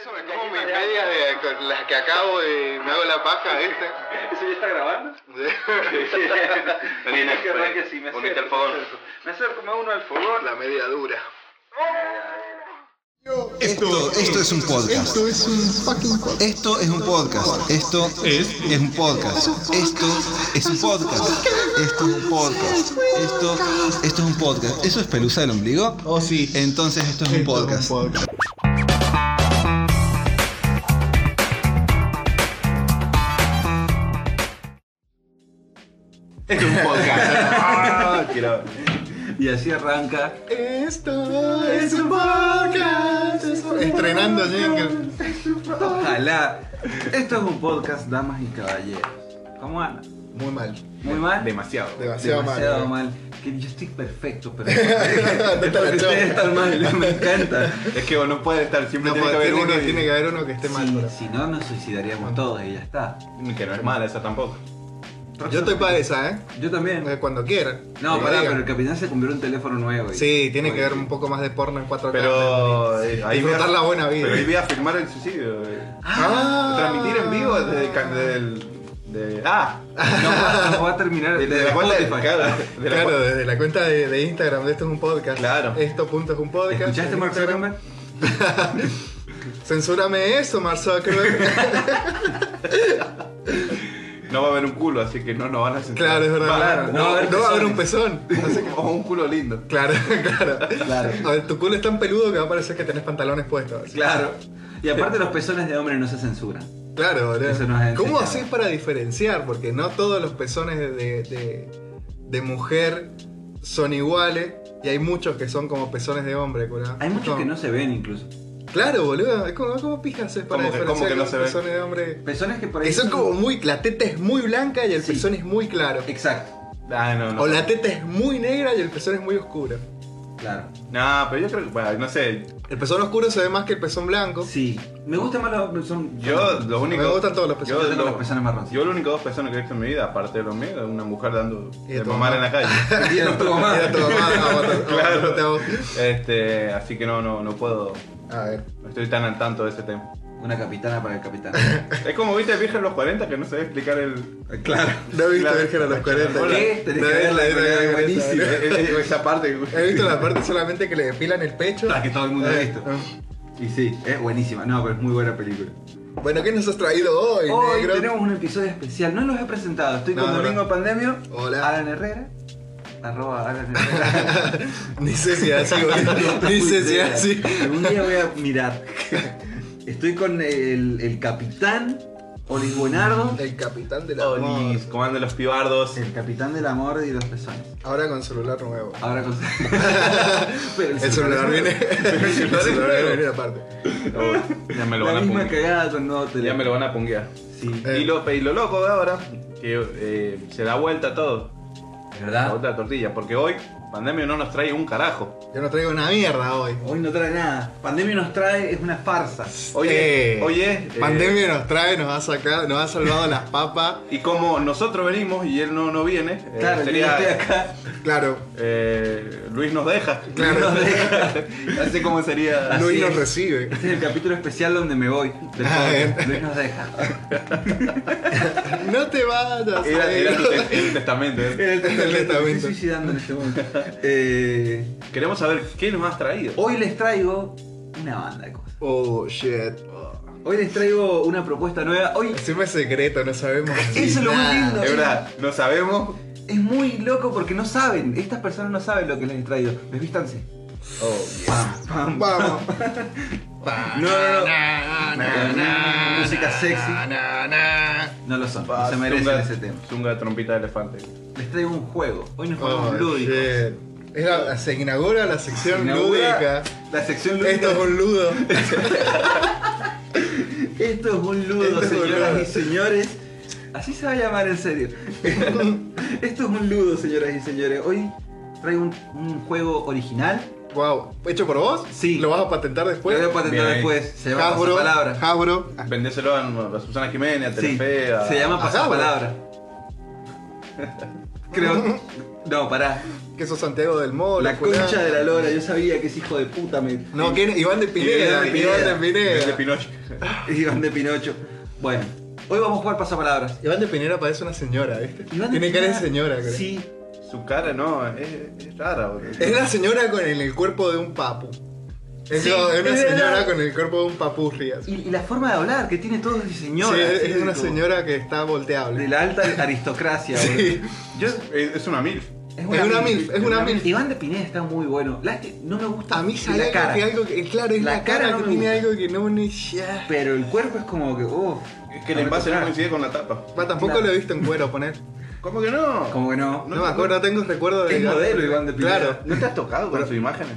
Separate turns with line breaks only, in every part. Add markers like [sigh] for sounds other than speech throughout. eso me como mis medias de con las que acabo de. Me hago la paja esta.
¿Eso ya está grabando? Mira que arranque, sí, me acerco.
Unite al fogón.
Me acerco, me acerco, me uno al fogón.
La media dura.
Esto, esto es un podcast. Esto es un podcast. Esto es un podcast. Esto es, un podcast. Esto es un podcast. Esto es un podcast. Esto, esto es un podcast. ¿Eso es pelusa del ombligo?
Oh, sí.
Entonces esto es un podcast.
Es un podcast. [laughs] Ah, que la- y así arranca.
Esto es un podcast. Estrenando jingle.
Ojalá. Esto es un podcast, damas y caballeros. ¿Cómo andan?
Muy mal.
¿Muy mal?
Demasiado.
Demasiado,
Demasiado
mal. Eh.
mal. Que yo estoy perfecto,
[laughs]
pero.
te la
Porque ustedes
choco.
están mal, me encanta.
Es que no puede estar, siempre
No,
tiene
puede-
que haber
tiene,
uno
que,
y-
tiene que haber uno que esté mal.
Si,
bro.
si no, nos suicidaríamos todos y ya está.
Que no es mala esa tampoco.
Yo estoy para esa, ¿eh?
Yo también.
Eh, Cuando quiera.
No,
Que
pará,
diga.
pero el capitán se compró un teléfono nuevo. y-
Sí, tiene que
Oye,
haber un poco más de porno en 4K.
Pero eh, ahí
Disfrutar
voy a-
la buena vida.
Pero ahí voy a firmar el suicidio. eh.
Ah.
Transmitir en vivo desde, ca- desde el. de- ah,
No va, no va
[laughs]
a terminar
desde
de
la cuenta de
Spotify.
claro, de la
Claro,
cuenta-
desde la cuenta de, de Instagram de Esto es un podcast.
Claro.
Esto punto es un podcast.
¿Escuchaste Mark Zuckerberg?
Censúrame eso, Mark
[laughs]
Zuckerberg.
No va a haber un culo, así que no nos van a censurar.
claro, es verdad.
Va,
Claro, no va a haber
no va a haber un
pezones.
pezón. Así que-
O un culo lindo.
Claro, [laughs] claro. A ver, tu culo es tan peludo que va a parecer que tenés pantalones puestos. así.
Claro. Y aparte los pezones de hombre no se censuran.
Claro, boludo.
Eso nos ha
¿Cómo
enseñado.
haces para diferenciar? Porque no todos los pezones de, de- de- de mujer son iguales y hay muchos que son como pezones de hombre, cura.
Hay muchos que no se ven incluso.
Claro, boludo. Es como, ¿Cómo pijas haces para
¿Cómo que-
diferenciar
cómo que no
los
se ven?
pezones de hombre?
Pezones que por ahí...
Que son como muy. La teta es muy blanca y el
Sí.
pezón es muy claro.
Exacto.
Ah, no, no.
O la teta es muy negra y el pezón es muy oscuro.
Claro.
No, pero yo creo que. bueno, no sé.
El pezón oscuro se ve más que el pezón blanco.
Sí. Me gustan más los pezones...
Yo lo único.
Me gustan todos los pezones.
Yo tengo
lo-
los pezones marrones.
Yo, lo único dos personas que he visto en mi vida, aparte de los míos, es una mujer dando
Y de
de
tu
mamar
mamá.
en la
[laughs]
calle.
Era tu mamá.
Mira tu mamá,
[laughs]
aguanta- aguántate a vos.
Este, así que no, no, no puedo.
A ver.
No estoy tan al tanto de ese tema.
Una capitana para el capitán.
Es como viste Virgen a los 40 que no sabía explicar el.
[laughs] claro.
No he visto
La-
Virgen a los 40.
¿Qué? Este, Tenés
No,
que verla,
no, no,
boludo,
no, no,
buenísimo.
no,
el- el- e-, esa parte
no. He
[laughs]
visto la parte solamente que le depilan el pecho.
La que todo el mundo ha
Eh,
visto. Y sí, es buenísima. No, pero es muy buena película.
Bueno, ¿qué nos has traído hoy,
Hoy
negro?
tenemos un episodio especial. No los he presentado. Estoy
No,
con
no,
Domingo Pandemio.
Hola.
Alan Herrera. Arroba Alan [laughs] Herrera.
[laughs] Ni sé si es así, [laughs] boludo. Ni sé si es así.
Un día voy a mirar. Estoy con el, el capitán Olis Buenardo.
El capitán del amor.
Olis, comando
[laughs]
los pibardos.
El capitán del amor y los pezones.
Ahora con celular nuevo.
Ahora [laughs] con... Pero
El celular viene. [laughs] El
celular es
celular
nuevo.
viene aparte.
Oh, ya me lo van
La
a
misma
punguear.
cagada con nuevo teléfono.
Ya me lo van a punguear.
Sí.
Eh.
Y lo, y lo loco de ahora, que eh, se da vuelta a todo. La
¿Verdad?
vuelta a la tortilla, porque hoy Pandemio no nos trae un carajo.
Yo no traigo una mierda hoy.
Hoy no trae nada. Pandemia nos trae, es una farsa.
Oye,
Eh,
oye. eh,
Pandemia nos trae, nos ha sacado, nos ha salvado las papas.
Y como nosotros venimos y él no, no viene, eh,
Claro, yo ya
sería,
estoy acá.
Claro,
eh, Luis nos deja.
Claro.
Nos deja.
[laughs] Así como sería.
Así
Luis nos
es.
recibe.
Este es el capítulo especial donde me voy. del
Ah,
podcast.
bien.
Luis nos
[laughs]
deja.
No te vayas. eh.
Era, era tu
negro.
te- el
[laughs]
testamento. eh.
El
testamento.
Me estoy suicidando en este momento. Eh,
Queremos saber qué nos has traído.
hoy les traigo una banda de cosas.
Oh shit.
Hoy les traigo una propuesta nueva. Hoy
Siempre es secreto, no sabemos. Eh,
Eso es lo más lindo.
Es verdad, no sabemos.
es muy loco porque no saben. Estas personas no saben lo que les he traído. Desvístanse.
Oh,
Pam, pam. [laughs]
Vamos.
No, no, no. Música sexy. No lo son. No se merecen
Zunga-
ese tema.
Zunga trompita de elefante.
Les traigo un juego. Hoy nos jugamos
Oh,
lúdico.
shit. Es la- se inaugura la sección
Inaugura
lúdica.
La sección lúdica.
Esto es un ludo.
Esto es un ludo,
Esto es un
señoras
ludo.
y señores. Así se va a llamar
[laughs]
en serio. Esto es un ludo, señoras y señores. Hoy traigo un, un juego original.
Wow. ¿Hecho por vos?
Sí.
¿Lo vas a patentar después?
Lo voy a patentar
Bien.
pues, después. Se llama
Hasbro.
Pasapalabra.
Hasbro.
Ah. Vendéselo a, a Susana Jiménez, a
Sí,
Ah,
Telefe,
[laughs]
a-
se llama
Ajá,
Pasapalabra. Creo. No, pará.
Que sos Santiago del Moro.
La
Julián.
concha de la lora, yo sabía que ese hijo de puta me.
No,
[laughs]
¿quién? Iván de Pineda.
Iván de Pineda.
Iván de Pineda.
De Pinochet.
Iván de Pinocho. Bueno, hoy vamos a jugar pasapalabras.
Iván de Pineda parece una señora, ¿viste?
Iván de
Tiene cara de
Pineda,
señora, creo.
Sí.
Su cara no, es, es rara, boludo.
Es una señora con el, el cuerpo de un papu. Es,
Sí,
no, es una
es verdad.
señora con el cuerpo de un papu Rías.
Y, y la forma de hablar que tiene todo es señora.
Sí, es,
así
es
de
una
como-
señora que está volteable.
De la alta aristocracia,
[laughs]
boludo.
Sí.
Yo,
Es, es una mil.
es
una milf, es una milf.
Iván de Pineda está muy bueno. Lástima- no me gusta
A mí
de
sale
la cara.
que algo que. Claro, es
La
la,
cara
cara,
no
que
me
tiene
gusta.
algo que no me. ya.
Pero el cuerpo es como que, oh,
Es que el envase Ah, no coincide con la tapa.
Va, tampoco
Claro.
lo he visto en cuero poner.
¿Cómo que no?
como que no.
No, me acuerdo, no tengo recuerdo de.
Es modelo Iván de Pineda.
Claro,
¿No te has tocado con sus imágenes?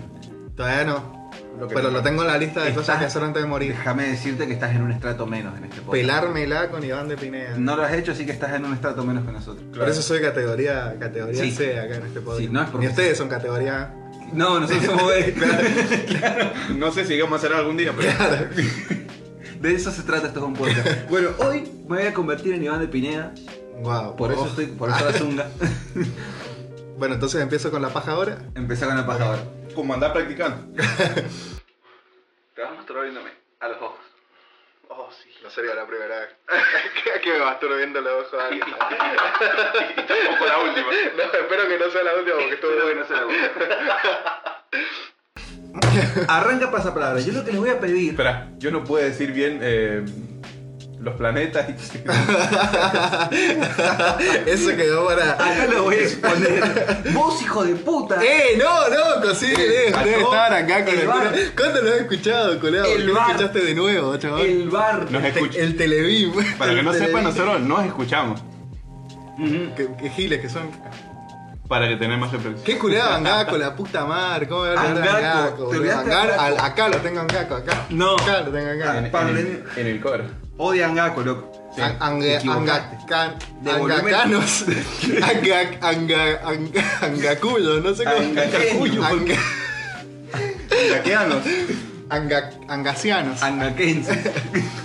todavía no.
Lo que
Pero
no.
lo tengo en la lista de cosas
Estás-
que hacer antes de morir.
Déjame decirte que estás en un estrato menos en este podcast.
Pelármela con Iván de Pineda.
No lo has hecho, así que estás en un estrato menos que nosotros.
Por eso soy categoría, categoría
Sí.
C acá en este podcast.
Sí, no es por-
Ni ustedes son categoría
[laughs]
A. [laughs]
No, nosotros somos B.
No sé si vamos a hacer algún día, pero.
De eso se trata esto es un podcast. Bueno, hoy me voy a convertir en Iván de Pineda.
Wow.
Por eso estoy, por eso
[laughs]
la zunga.
oh. Ah, Bueno, entonces empiezo con la paja ahora.
Empezá con la paja ahora.
[laughs] Como andar practicando.
Te vas masturbándome a los ojos.
Oh, sí.
No sería la primera
[laughs]
vez.
que, que me masturbo viendo los ojos
[laughs]
a alguien.
Tampoco la última.
No, espero que no sea la última porque estuvo bueno.
Arranca pasapalabras. Yo lo que les voy a pedir.
Espera, yo no puedo decir bien eh, los planetas [laughs] y.
[laughs] Eso quedó para.
Acá lo voy a exponer. [laughs] Vos, hijo de puta.
¡Eh, no, no! Sí, eh, ustedes
pasó
estaban acá con
el
el.
bar.
culo. ¿Cuándo lo has escuchado, colega? ¿Por
El
qué lo
bar.
escuchaste de nuevo, chaval?
El bar.
Nos
Te-
escucha.
el Televim.
Para que no
El Televim.
sepan, nosotros nos escuchamos.
Ujú.
Qué, qué giles que son.
Para que tenemos más reflexión.
Qué culea
[laughs]
Bangaco, la puta madre. ¿Cómo me van a hablar de
Angaco,
Bangaco?
te
boludo?
olvidaste de
Angar-
Angaco.
al- Acá lo tengo Angaco, acá.
No.
Acá lo tengo
En,
Angaco.
Pablo,
en el- en el coro.
Odian Gaco, loco.
Sí.
An-
te
Ange-
equivocaste.
Angacan-
Devolveme. [laughs]
Angacanos. Anga- anga- anga- Angacuyo, no sé cómo.
Angacuyo.
Anga-
[laughs] Gaqueanos.
anga- Angasianos.
Angaquense.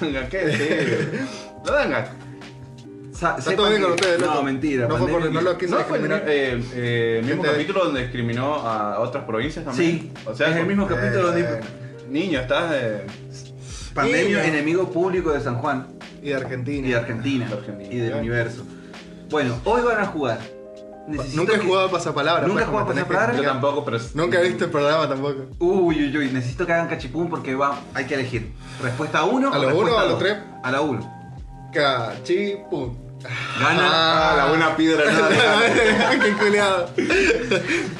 Gaquete. No dan gato.
Sa-
Está todo
sepan
bien con
que-
ustedes,
No,
loco.
mentira.
No fue
pandemia-
por- no lo quise
No fue el
discriminar.
eh, eh, mismo
Gente-
capítulo donde discriminó a otras provincias también.
Sí.
O sea,
es el
con-
mismo capítulo donde.
Eh,
Niño, estás eh,
Pandemia,
Niño.
enemigo público de San Juan.
Y de Argentina.
Y de Argentina.
De Argentina.
Y del universo. Bueno, hoy van a jugar. Necesito
Nunca he
que-
jugado pasapalabra.
Nunca he
Paco, me
jugado
tenés que
pasapalabra.
yo
explicar.
tampoco, pero
Nunca he visto el programa tampoco.
Uy, uy, uy. Necesito que hagan cachipún porque va, hay que elegir. Respuesta 1.
¿A los uno o a los tres?
A la 1. [laughs]
Cachipun.
Gana.
Ah, la buena piedra. no la dejaron.
Qué culeado.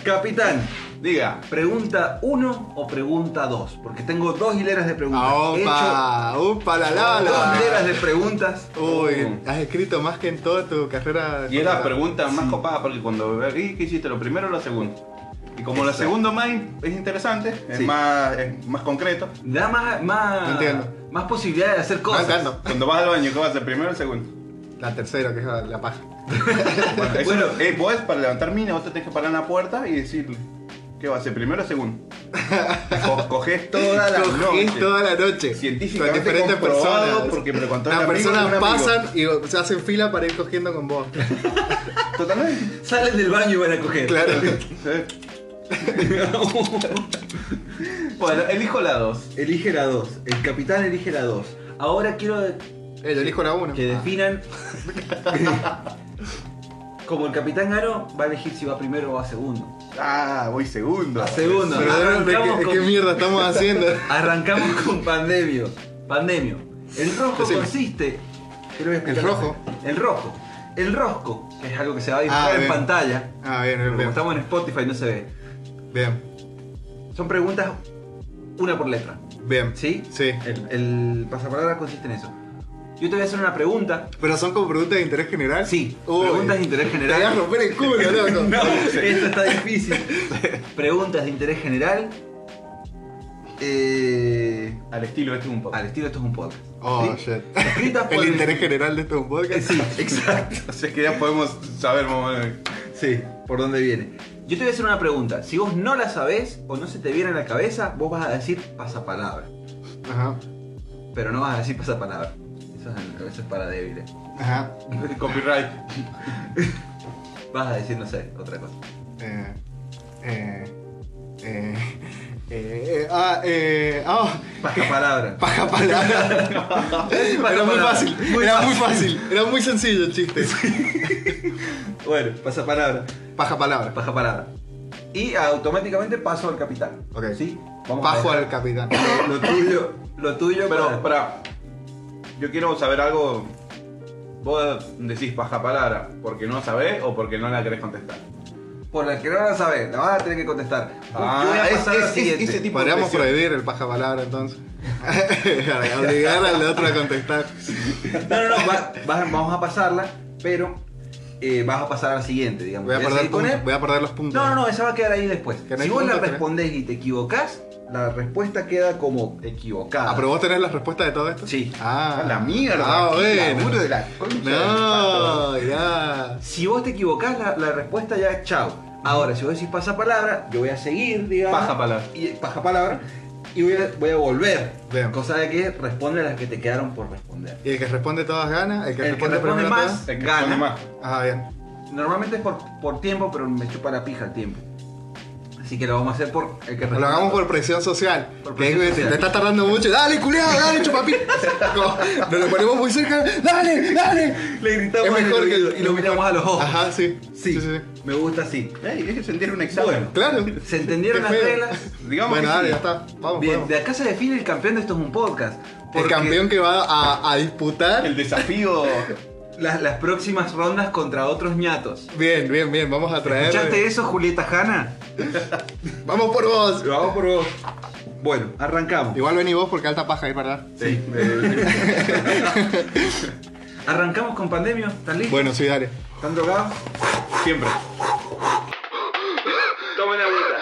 Capitán.
[laughs] Diga,
Pregunta 1 o pregunta 2. Porque tengo dos hileras de preguntas. He
Ah, Opa, opa, la la
hecho dos hileras
la.
de preguntas.
Uy,
Oh.
has escrito más que en toda tu carrera. de
y es la
facultad.
pregunta más copada porque cuando ve- ¿y ¿qué hiciste? ¿Lo primero o lo segundo? Y como lo
Exacto.
segundo más in- es interesante, es,
Sí.
más, es más concreto.
Da más,
No
más,
entiendo.
más posibilidades de hacer
Ah,
cosas.
entiendo.
Cuando vas al baño, ¿qué vas a hacer? ¿Primero o segundo?
La tercera, que es la, la paja.
Bueno, eso-
Bueno.
eh, vos para levantar mina, vos te tenés que parar en la puerta y decirle, ¿qué vas a hacer? ¿Primero o segundo? Co- coges toda la
Cogés
noche.
toda la noche.
Científicamente
Con diferentes
comprobado,
personas.
porque me lo contó
Las
un amigo de un
personas
amigo.
pasan y se hacen fila para ir cogiendo con
[laughs]
vos.
Totalmente.
Salen del baño y van a coger.
Claro.
bueno, elijo la 2.
Elige la 2. El capitán elige la 2. Ahora quiero
Eh, yo elijo la uno.
que
[laughs]
definan. Como el capitán ganó, va a elegir si va primero o va segundo.
Ah, voy segundo.
A segundo.
Ah,
Pero de- de-
Arrancamos
¿qué,
con-
qué mierda estamos haciendo?
[laughs]
Arrancamos con pandemio. Pandemio. El rojo
Decime.
consiste. te lo voy a explicar.
¿El rojo?
El rojo. El rosco, que es algo que se va a
Ah,
dibujar en
bien.
pantalla.
Ah, bien,
pero
bien,
Como
bien.
estamos en Spotify no se ve.
Bien,
Son preguntas una por letra.
bien.
¿Sí?
Sí.
El, el pasapalabra consiste en eso. Yo te voy a hacer una pregunta.
¿Pero son como preguntas de interés general?
Sí,
Uy,
preguntas de interés
Te voy a
general.
romper el culo,
[laughs]
loco.
No, esto está difícil. Preguntas de interés general. Eh,
Al estilo, este es un poco.
al estilo, esto es un podcast.
Oh,
¿sí?
shit.
Escritas por
El interés general de estos
Eh, [laughs]
podcasts.
Sí, exacto.
Así es que ya podemos saber más o menos.
Sí, por dónde viene. Yo te voy a hacer una pregunta. Si vos no la sabés o no se te viene a la cabeza, vos vas a decir pasapalabra.
Ajá.
Pero no vas a decir pasapalabra. eh. [laughs] Eso es, eso es para débiles.
Ajá.
Copyright.
[laughs] Vas a decir, no sé, otra cosa.
Eh, eh, eh, eh, eh, ah, eh, ah,
Paja [laughs] palabra.
paja palabra. Era muy
palabra.
fácil,
Muy
era muy
fácil.
fácil, era muy sencillo el chiste.
Bueno, pasa palabra.
Paja palabra.
Paja palabra. Y automáticamente paso al capitán.
Ok.
¿Sí? a
Bajo
dejar
al capitán.
Lo tuyo, lo tuyo,
Pero,
para-
para. Yo quiero saber algo. Vos decís paja palabra porque no sabés o porque no la querés contestar.
por la que no vas a saber, la vas a tener que contestar.
Ah,
Yo voy a
es-
pasar a la
es- es-
siguiente.
ese tipo-
Podríamos
presión.
prohibir el paja palabra entonces. [laughs] Para obligar al otro a contestar.
No, no, no, va- va- vamos a pasarla, pero eh, vas a pasar a la siguiente, digamos.
Voy a
¿Querés
perder,
seguir con
puntos,
él?
voy a perder los puntos.
No, no, no, esa va a quedar ahí después.
Que no hay
Si vos la
punto, ¿eh?
respondés y te equivocás, la respuesta queda como equivocada.
Ah, pero vos tenés las respuestas de todo esto?
Sí.
Ah,
A la mierda,
Ah,
qué
bueno.
laburo de la concha
No, ya.
Si vos te equivocás, la, la respuesta ya es chao. Ahora, si vos decís pasa palabra, yo voy a seguir, digamos.
Paja palabra.
Y, paja palabra. Y voy a, voy a volver.
Bien.
Cosa de que responde a las que te quedaron por responder.
Y el que responde todas gana, el que
El que
responde,
responde
primero
más,
todas-
El que
Gana.
responde más.
Ah, bien.
Normalmente es por, por tiempo, pero me chupa la pija el tiempo. Así que lo vamos a hacer por el que
Lo hagamos por presión social.
Por
que
presión
es-
social.
Te estás tardando mucho. Dale, culeado, dale,
[laughs]
chupapi. Como, Nos lo ponemos muy cerca. Dale, dale.
Le gritamos
Es
en el
mejor que-
oído y lo miramos a los ojos.
Ajá, sí.
Sí, me gusta así.
Ey, es que sentir un examen.
Bueno.
Claro.
¿Se entendieron
Qué
las
feo.
reglas?
digamos
Bueno,
que
dale,
sí.
ya está. Vamos,
Bien,
vamos.
de acá se define el campeón de esto es un podcast.
El
Porque
campeón que va a, a
El
disputar.
desafío.
Las, las próximas rondas contra otros ñatos.
Bien, bien, bien. Vamos a traer. eh,
¿Escuchaste eso, Julieta Hanna?
Vamos por vos.
Lo hago por vos. Bueno, arrancamos.
Igual vení vos porque alta paja ahí para dar.
Sí.
Arrancamos con pandemia. ¿Están listos?
Bueno, sí, dale.
¿Están drogados?
Siempre.
Tomen agüita.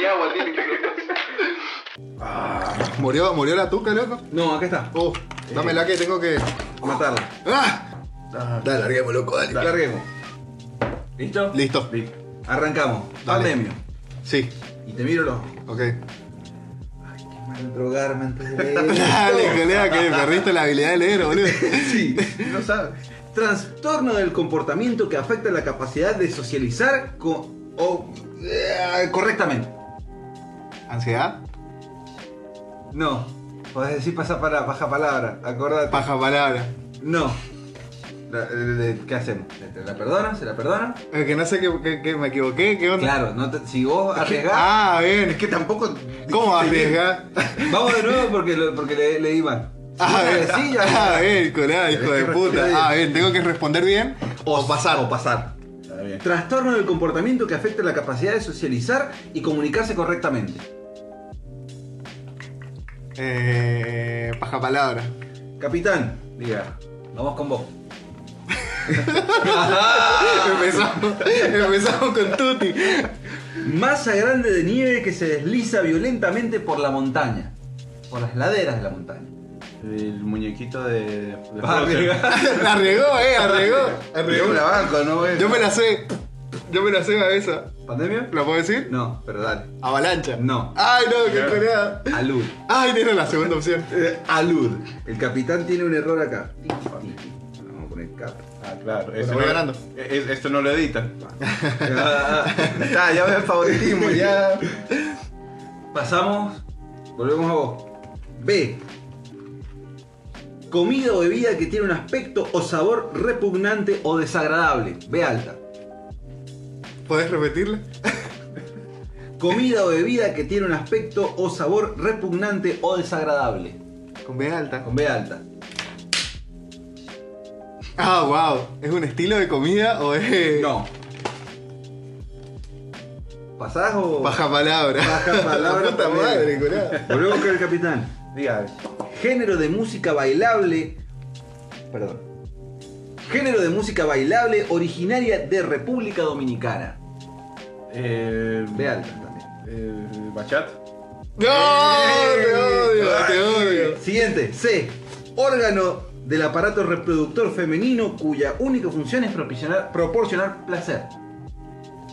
Y agua tiene que
Murió, murió la tuca, loco.
No, acá está.
Uh, dámela que tengo que.
Matarla.
¡Ah! Dale, larguemos, loco, Oh. dale.
Larguemos. ¿Listo?
Listo.
Arrancamos.
Dale.
Pandemia.
Sí,
Y te miro los.
ok.
Mal drogarme antes
[laughs]
de leer. [laughs]
Dale, colega, que perdiste la habilidad de leer, boludo.
Sí, no sabes. Trastorno del comportamiento que afecta la capacidad de socializar co- o, eh, correctamente.
¿Ansiedad?
No. Podés decir pasa para baja palabra, acordate.
Paja palabra.
No. La- eh, eh, ¿Qué hacemos? ¿Te la perdona? ¿Se la perdona?
Es que no sé qué, qué- qué- me equivoqué, qué onda.
Claro, no te- si vos arriesgás.
Ah, bien.
que tampoco.
¿Cómo arriesgar?
Vamos de nuevo porque, lo- porque le, le di mal.
Ah,
Una
bien.
vez sí, ya-
Ah, bien, colega,
Tenés
hijo
que
de puta.
responder
Ah, bien,
bien.
tengo que responder bien.
o, pasar. O pasar.
Está bien.
Trastorno del comportamiento que afecta la capacidad de socializar y comunicarse correctamente.
Eh. Paja palabra.
Capitán, diga, vamos con vos.
empezamos, empezamos con Tuti.
Masa grande de nieve que se desliza violentamente por la montaña. Por las laderas de la montaña.
El muñequito de. de
Ah,
Frozen.
mira. [laughs]
La regó, eh, arregó.
Yo me la banco, ¿no? ves?
Yo me la sé. Yo me la sé a esa.
¿Pandemia?
¿La puedo decir?
No, pero dale.
Avalancha.
No.
Ay, no, qué
Claro.
coreada.
Alud.
Ay, no era la segunda opción.
Eh, alud. El capitán tiene un error acá. Vamos a poner cap.
Ah, claro. eso
voy
no-
ganando.
e- e- esto no lo editan.
Ah, ya veo el favoritismo, ya. Pasamos, volvemos a vos. B. Comida o bebida que tiene un aspecto o sabor repugnante o desagradable. B alta.
¿Podés repetirla?
Comida o bebida que tiene un aspecto o sabor repugnante o desagradable.
Con B alta.
Con B alta.
Ah, wow. ¿Es un estilo de comida o es.?
No. ¿Pasás o.?
Paja palabra.
Paja palabra
La puta
también.
madre,
[laughs]
coreada.
Volvemos con el capitán.
Diga.
Género de música bailable. Perdón. Género de música bailable originaria de República Dominicana.
Eh,
De alta también.
eh, Bachat.
No, te odio, te odio.
Siguiente, C. Órgano del aparato reproductor femenino cuya única función es proporcionar, proporcionar placer.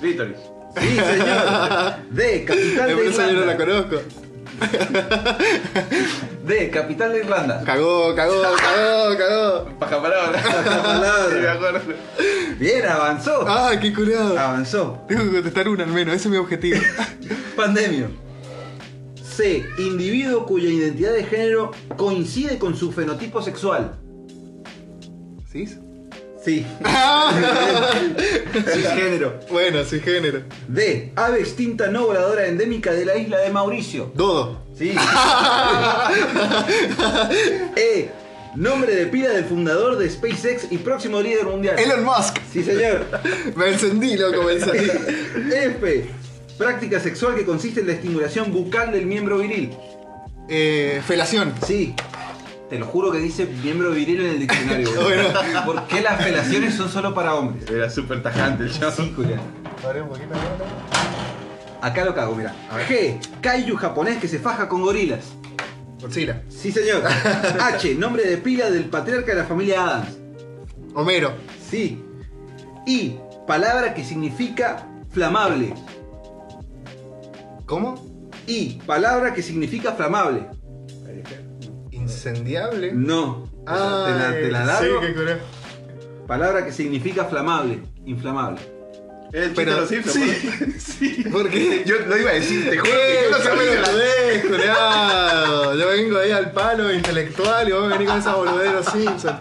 Clítoris.
Sí, señor. D. Capital
Eh,
de
Por eso yo no la
Irlanda.
conozco.
de Capital de Irlanda.
Cagó, cagó, cagó, cagó. [laughs]
Pajapalabra. Sí, me
Palabra.
acuerdo.
Bien, avanzó.
Ah, qué curado.
Avanzó.
Tengo que contestar una al menos, ese es mi
[laughs]
objetivo.
Pandemia. C. Individuo cuya identidad de género coincide con su fenotipo sexual.
¿Sí?
Sí. [laughs] Sin género.
[laughs] Bueno, sin género.
D. Ave extinta no voladora endémica de la isla de Mauricio.
Dodo.
Sí. [laughs] e. Nombre de pila del fundador de SpaceX y próximo líder mundial.
Elon Musk.
Sí, señor. [laughs]
Me encendí, loco, me encendí.
F. Práctica sexual que consiste en la estimulación bucal del miembro viril.
Eh, felación.
Sí. Te lo juro que dice miembro viril en el diccionario. boludo.
[laughs] Bueno.
¿Por qué las felaciones son solo para hombres?
Era súper tajante el chavo.
Sí, Julián. Acá lo cago, mira. G. Kaiju japonés que se faja con gorilas.
Godzilla.
Sí,
[laughs]
señor. H. Nombre de pila del patriarca de la familia Adams.
Homero.
Sí. I. Palabra que significa flamable.
¿Cómo?
I. Palabra que significa flamable.
Incendiable.
No. te la, te la
Sí,
largo.
qué curado.
[laughs] Palabra que significa flamable. Inflamable.
Era el chiste
Pero-
de los Simpsons,
sí.
¿no? sí.
Porque [laughs] yo lo iba a decir, te juro
Eh,
que yo no sabía lo de curado. Yo vengo ahí al palo intelectual y vos venís con esa boludera Simpson.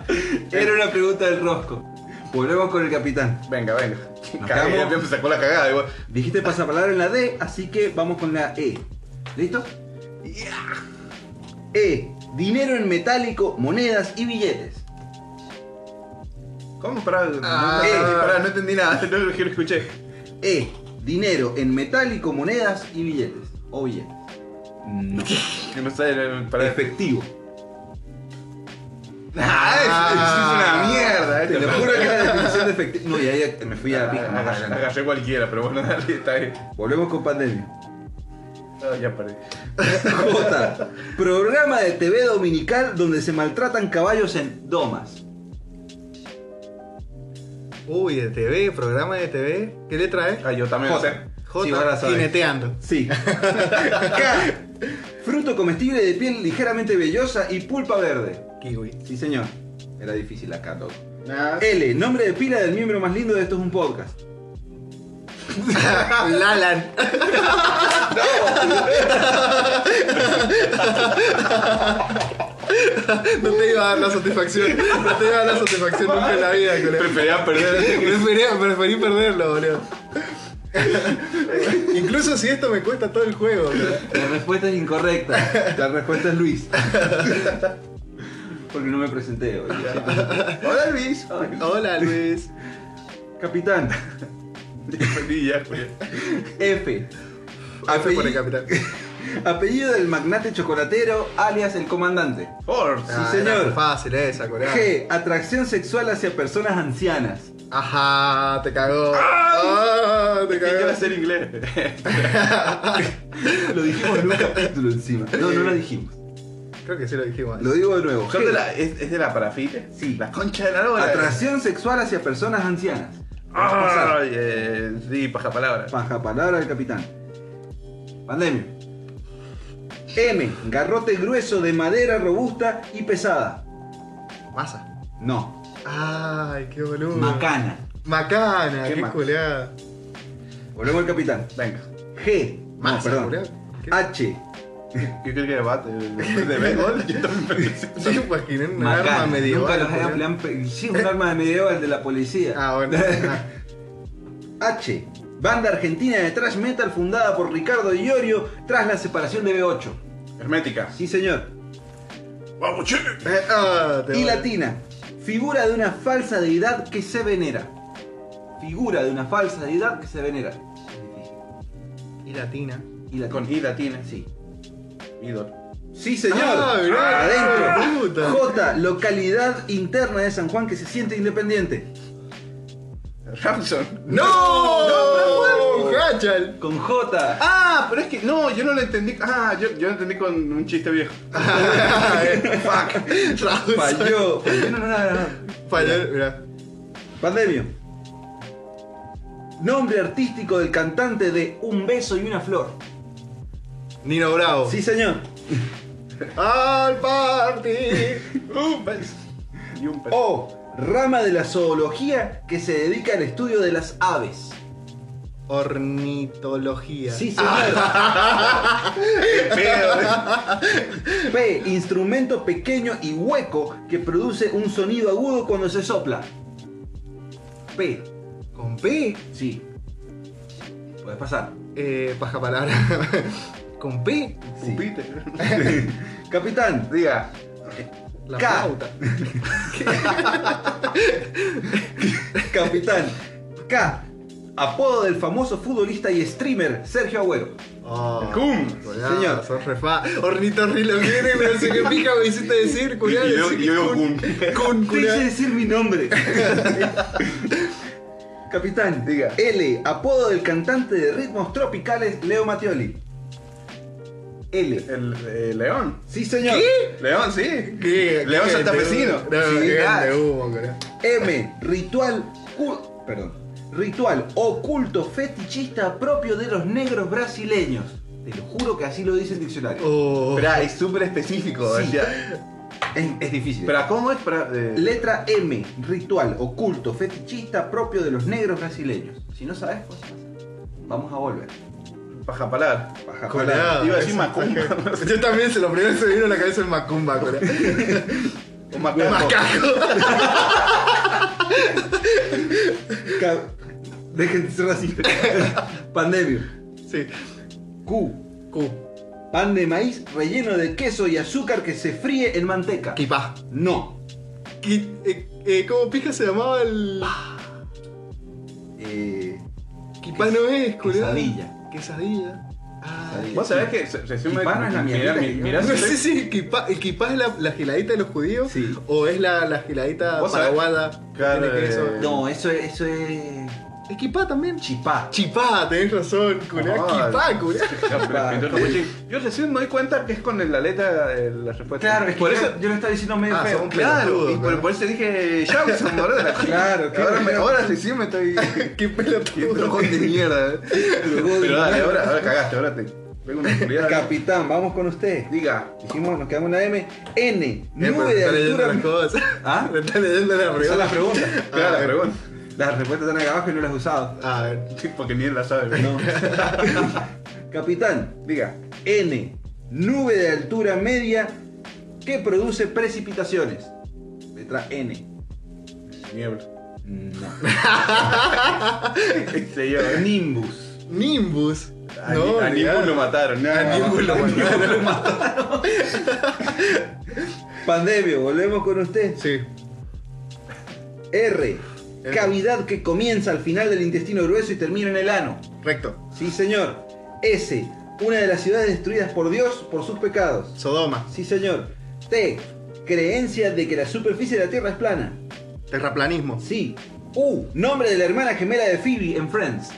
Era una pregunta del rosco. Volvemos con el capitán.
Venga, venga.
Nos
Cagué,
quedamos-
ya me sacó la cagada. igual.
Dijiste pasapalabra en la D, así que vamos con la E. ¿Listo? E. Dinero en metálico, monedas y billetes.
¿Cómo? Pará, no,
Ah.
eh, pará, no entendí nada. [laughs] No lo que lo escuché.
E. Dinero en metálico, monedas y billetes. O billetes. No.
Que no sé, no, pará.
Efectivo.
Ah, es, es una mierda.
Te
esto. Ah,
lo juro que la definición de efectivo. No, y ahí me fui a la pija. no pasa nada.
Agarré cualquiera, pero bueno, [laughs] dale, está bien.
Volvemos con pandemia. [laughs]
Ah, ya perdí.
J. Programa de TV dominical donde se maltratan caballos en domas.
Uy, de TV, programa de TV. ¿Qué letra es?
Ah, yo también lo sé.
J.
Sí, vos la sabés.
jineteando.
Sí. K. Fruto comestible de piel ligeramente vellosa y pulpa verde.
Kiwi.
Sí, señor. Era difícil acá, todo.
Ah,
L. Nombre de pila del miembro más lindo de Esto es un podcast.
Lalan. No. te iba a dar la satisfacción. No te iba a dar la satisfacción nunca en la vida, colega.
Prefería [laughs] perder.
Preferí, preferí perderlo, boludo. Incluso si esto me cuesta todo el juego, boludo.
La respuesta es incorrecta. La respuesta es Luis. Porque no me presenté hoy.
[laughs] Hola Luis.
Hola, Luis.
Capitán.
Perdí ya, Julián.
F.
F Ah, por el capitán.
Apellido del magnate chocolatero, alias el comandante.
Force.
Ah, señor.
era Fácil esa, colega.
G. Atracción sexual hacia personas ancianas.
Ajá, te cagó. Ah, te
¿Qué quiere
cagó.
hacer inglés? [laughs]
Lo
[laughs]
dijimos en un capítulo encima. No, no lo dijimos.
[laughs] Creo que sí lo dijimos.
Lo digo de nuevo.
¿Son de
G.
la- ¿Es, es de la parafite?
Sí.
La concha de la lora.
Atracción sexual hacia personas ancianas. Vamos a pasar.
Ay, eh, sí, paja
Ah.
palabra.
Paja palabra del capitán. Pandemia. M. Garrote grueso de madera robusta y pesada.
Masa.
No.
Ay, qué boludo.
Macana.
Macana,
¿Qué
qué,
más?
culeada.
Volvemos al capitán.
Venga.
G. No,
Masa,
perdón.
culeada. ¿Qué?
H.
¿Qué crees que debate? ¿De béisbol? [laughs] Yo también pensé.
Yo me imaginé un
Macana.
arma medieval.
Nunca los
culeada.
hayan- le han pe- Sí, un arma de medieval de la policía.
Ah,
[laughs]
bueno. Ah,
H. Banda argentina de thrash metal fundada por Ricardo Iorio tras la separación de B8.
Hermética.
Sí, señor.
¡Vamos, che!
eh, ah, te
Y
voy.
latina. Figura de una falsa deidad que se venera. Figura de una falsa deidad que se venera.
Y latina.
Y latina.
Con I latina.
Sí.
Idol.
Sí, señor.
Ah, mirá, hijo de puta.
Adentro. J. Localidad interna de San Juan que se siente independiente.
Ramson.
¡No! ¡Oh, ¡No! ¡Hachal!
Con J.
Ah, pero es que no, yo no lo entendí. Ah, yo, yo lo entendí con un chiste viejo.
Fuck. Raúl,
Falló. Falló en una-
Falló, mirá.
Pandemio. Nombre artístico del cantante de Un beso y una flor.
Nino Bravo.
Sí, señor.
Al party.
Un pez. Y un pez.
O rama de la zoología que se dedica al estudio de las aves.
Ornitología.
Sí, señor. P. Instrumento pequeño y hueco que produce un sonido agudo cuando se sopla. P.
¿Con P?
Sí. Puedes pasar.
Eh, paja palabra. [laughs] ¿Con P?
Júpiter.
Capitán,
Diga.
La
K.
flauta.
Capitán. K. Apodo del famoso futbolista y streamer Sergio Agüero.
Oh,
¡Cum!
culiao,
Señor.
Sos refa. Ornitorrilojere, me sé qué pica me hiciste decir,
Y
culiao.
yo, y
decir
yo,
cum.
cum.
Cum,
Te hice
culiao.
decir mi nombre. Capitán,
Diga.
L. Apodo del cantante de ritmos tropicales Leo Mattioli. L.
[laughs] El eh, león.
Sí, señor.
León, sí.
¿Qué?
León
¿Qué?
santafesino.
No, qué grande hubo, culiao.
M. Ritual. cu- Perdón. Ritual oculto fetichista propio de los negros brasileños. Te lo juro que así lo dice el diccionario.
Oh.
Espera, [laughs] es súper específico.
Sí.
o sea,
Es, es difícil.
Espera, ¿cómo es? Espera, eh,
Letra M, ritual oculto, fetichista propio de los negros brasileños. Si no sabes, pues pasa. vamos a volver.
Paja palar.
Baja palabra.
Culiao.
Iba a decir macumba. [laughs]
Yo también, se- lo primero que se me vino a la cabeza es Macumba, culiao.
Un macaco.
Ca- Dejen de ser
[laughs]
racista. Pandemio.
Sí.
Q.
Q.
Pan de maíz relleno de queso y azúcar que se fríe en manteca.
Quipá.
No.
Qui- eh, eh, ¿Cómo pija se llamaba el...?
Eh,
Quipá no es, culiao.
Quesadilla.
Quesadilla. Ah.
Quesadilla.
Vos sabés que se- recién me.
Y pan es la mierdita
mirá, mi-
que [laughs]
mirá
No
si
sé
estoy-
si el kipá, el kipá es la, la giladita de los judíos
Sí.
o es la, la giladita
Vos sabés,
paraguada. que
claro,
tiene queso.
eh,
No, eso, es- eso es
Es kipá también.
chipá.
Chipá, tenés razón, culé.
Ah,
Kipá, culé.
Yo recién me doy cuenta que es con la letra de la respuesta.
Claro, es que
por
yo,
eso.
yo lo estaba diciendo medio
Ah,
feo.
son
Claro, y
pelotudo,
por,
claro.
por eso dije Jackson, boludo. de la-
[laughs] Claro, claro.
Ahora, me, ahora sí, sí
[laughs]
me estoy.
Qué
Qué
pelotudo.
trojón de mierda. eh. Pero dale, ahora, ahora cagaste, ahora te
[laughs]
pego una oscuridad.
Capitán, vamos con usted.
Diga.
Dijimos, nos quedamos en la M.
Eh,
N, nube de
está leyendo
altura.
las cosas.
¿Ah?
[laughs] Me está leyendo la
Son las
pregunta.
preguntas.
Claro,
Ah,
la pregunta.
Las respuestas están acá abajo y no las he usado.
A ver.
Sí, porque ni él la sabe.
No. Capitán,
Diga.
N, nube de altura media que produce precipitaciones. Letra N.
Niebla.
No.
[laughs] Este yo. eh.
Nimbus.
Nimbus.
A,
no,
a
mirá.
ninguno mataron.
A
[laughs]
ninguno lo mandaron.
[laughs] Pandemio, volvemos con usted.
Sí.
R,
R.
cavidad que comienza al final del intestino grueso y termina en el ano.
Recto.
Sí, señor. S, una de las ciudades destruidas por Dios por sus pecados.
Sodoma.
Sí, señor. T. Creencia de que la superficie de la Tierra es plana.
Terraplanismo.
Sí. U. Nombre de la hermana gemela de Phoebe en Friends.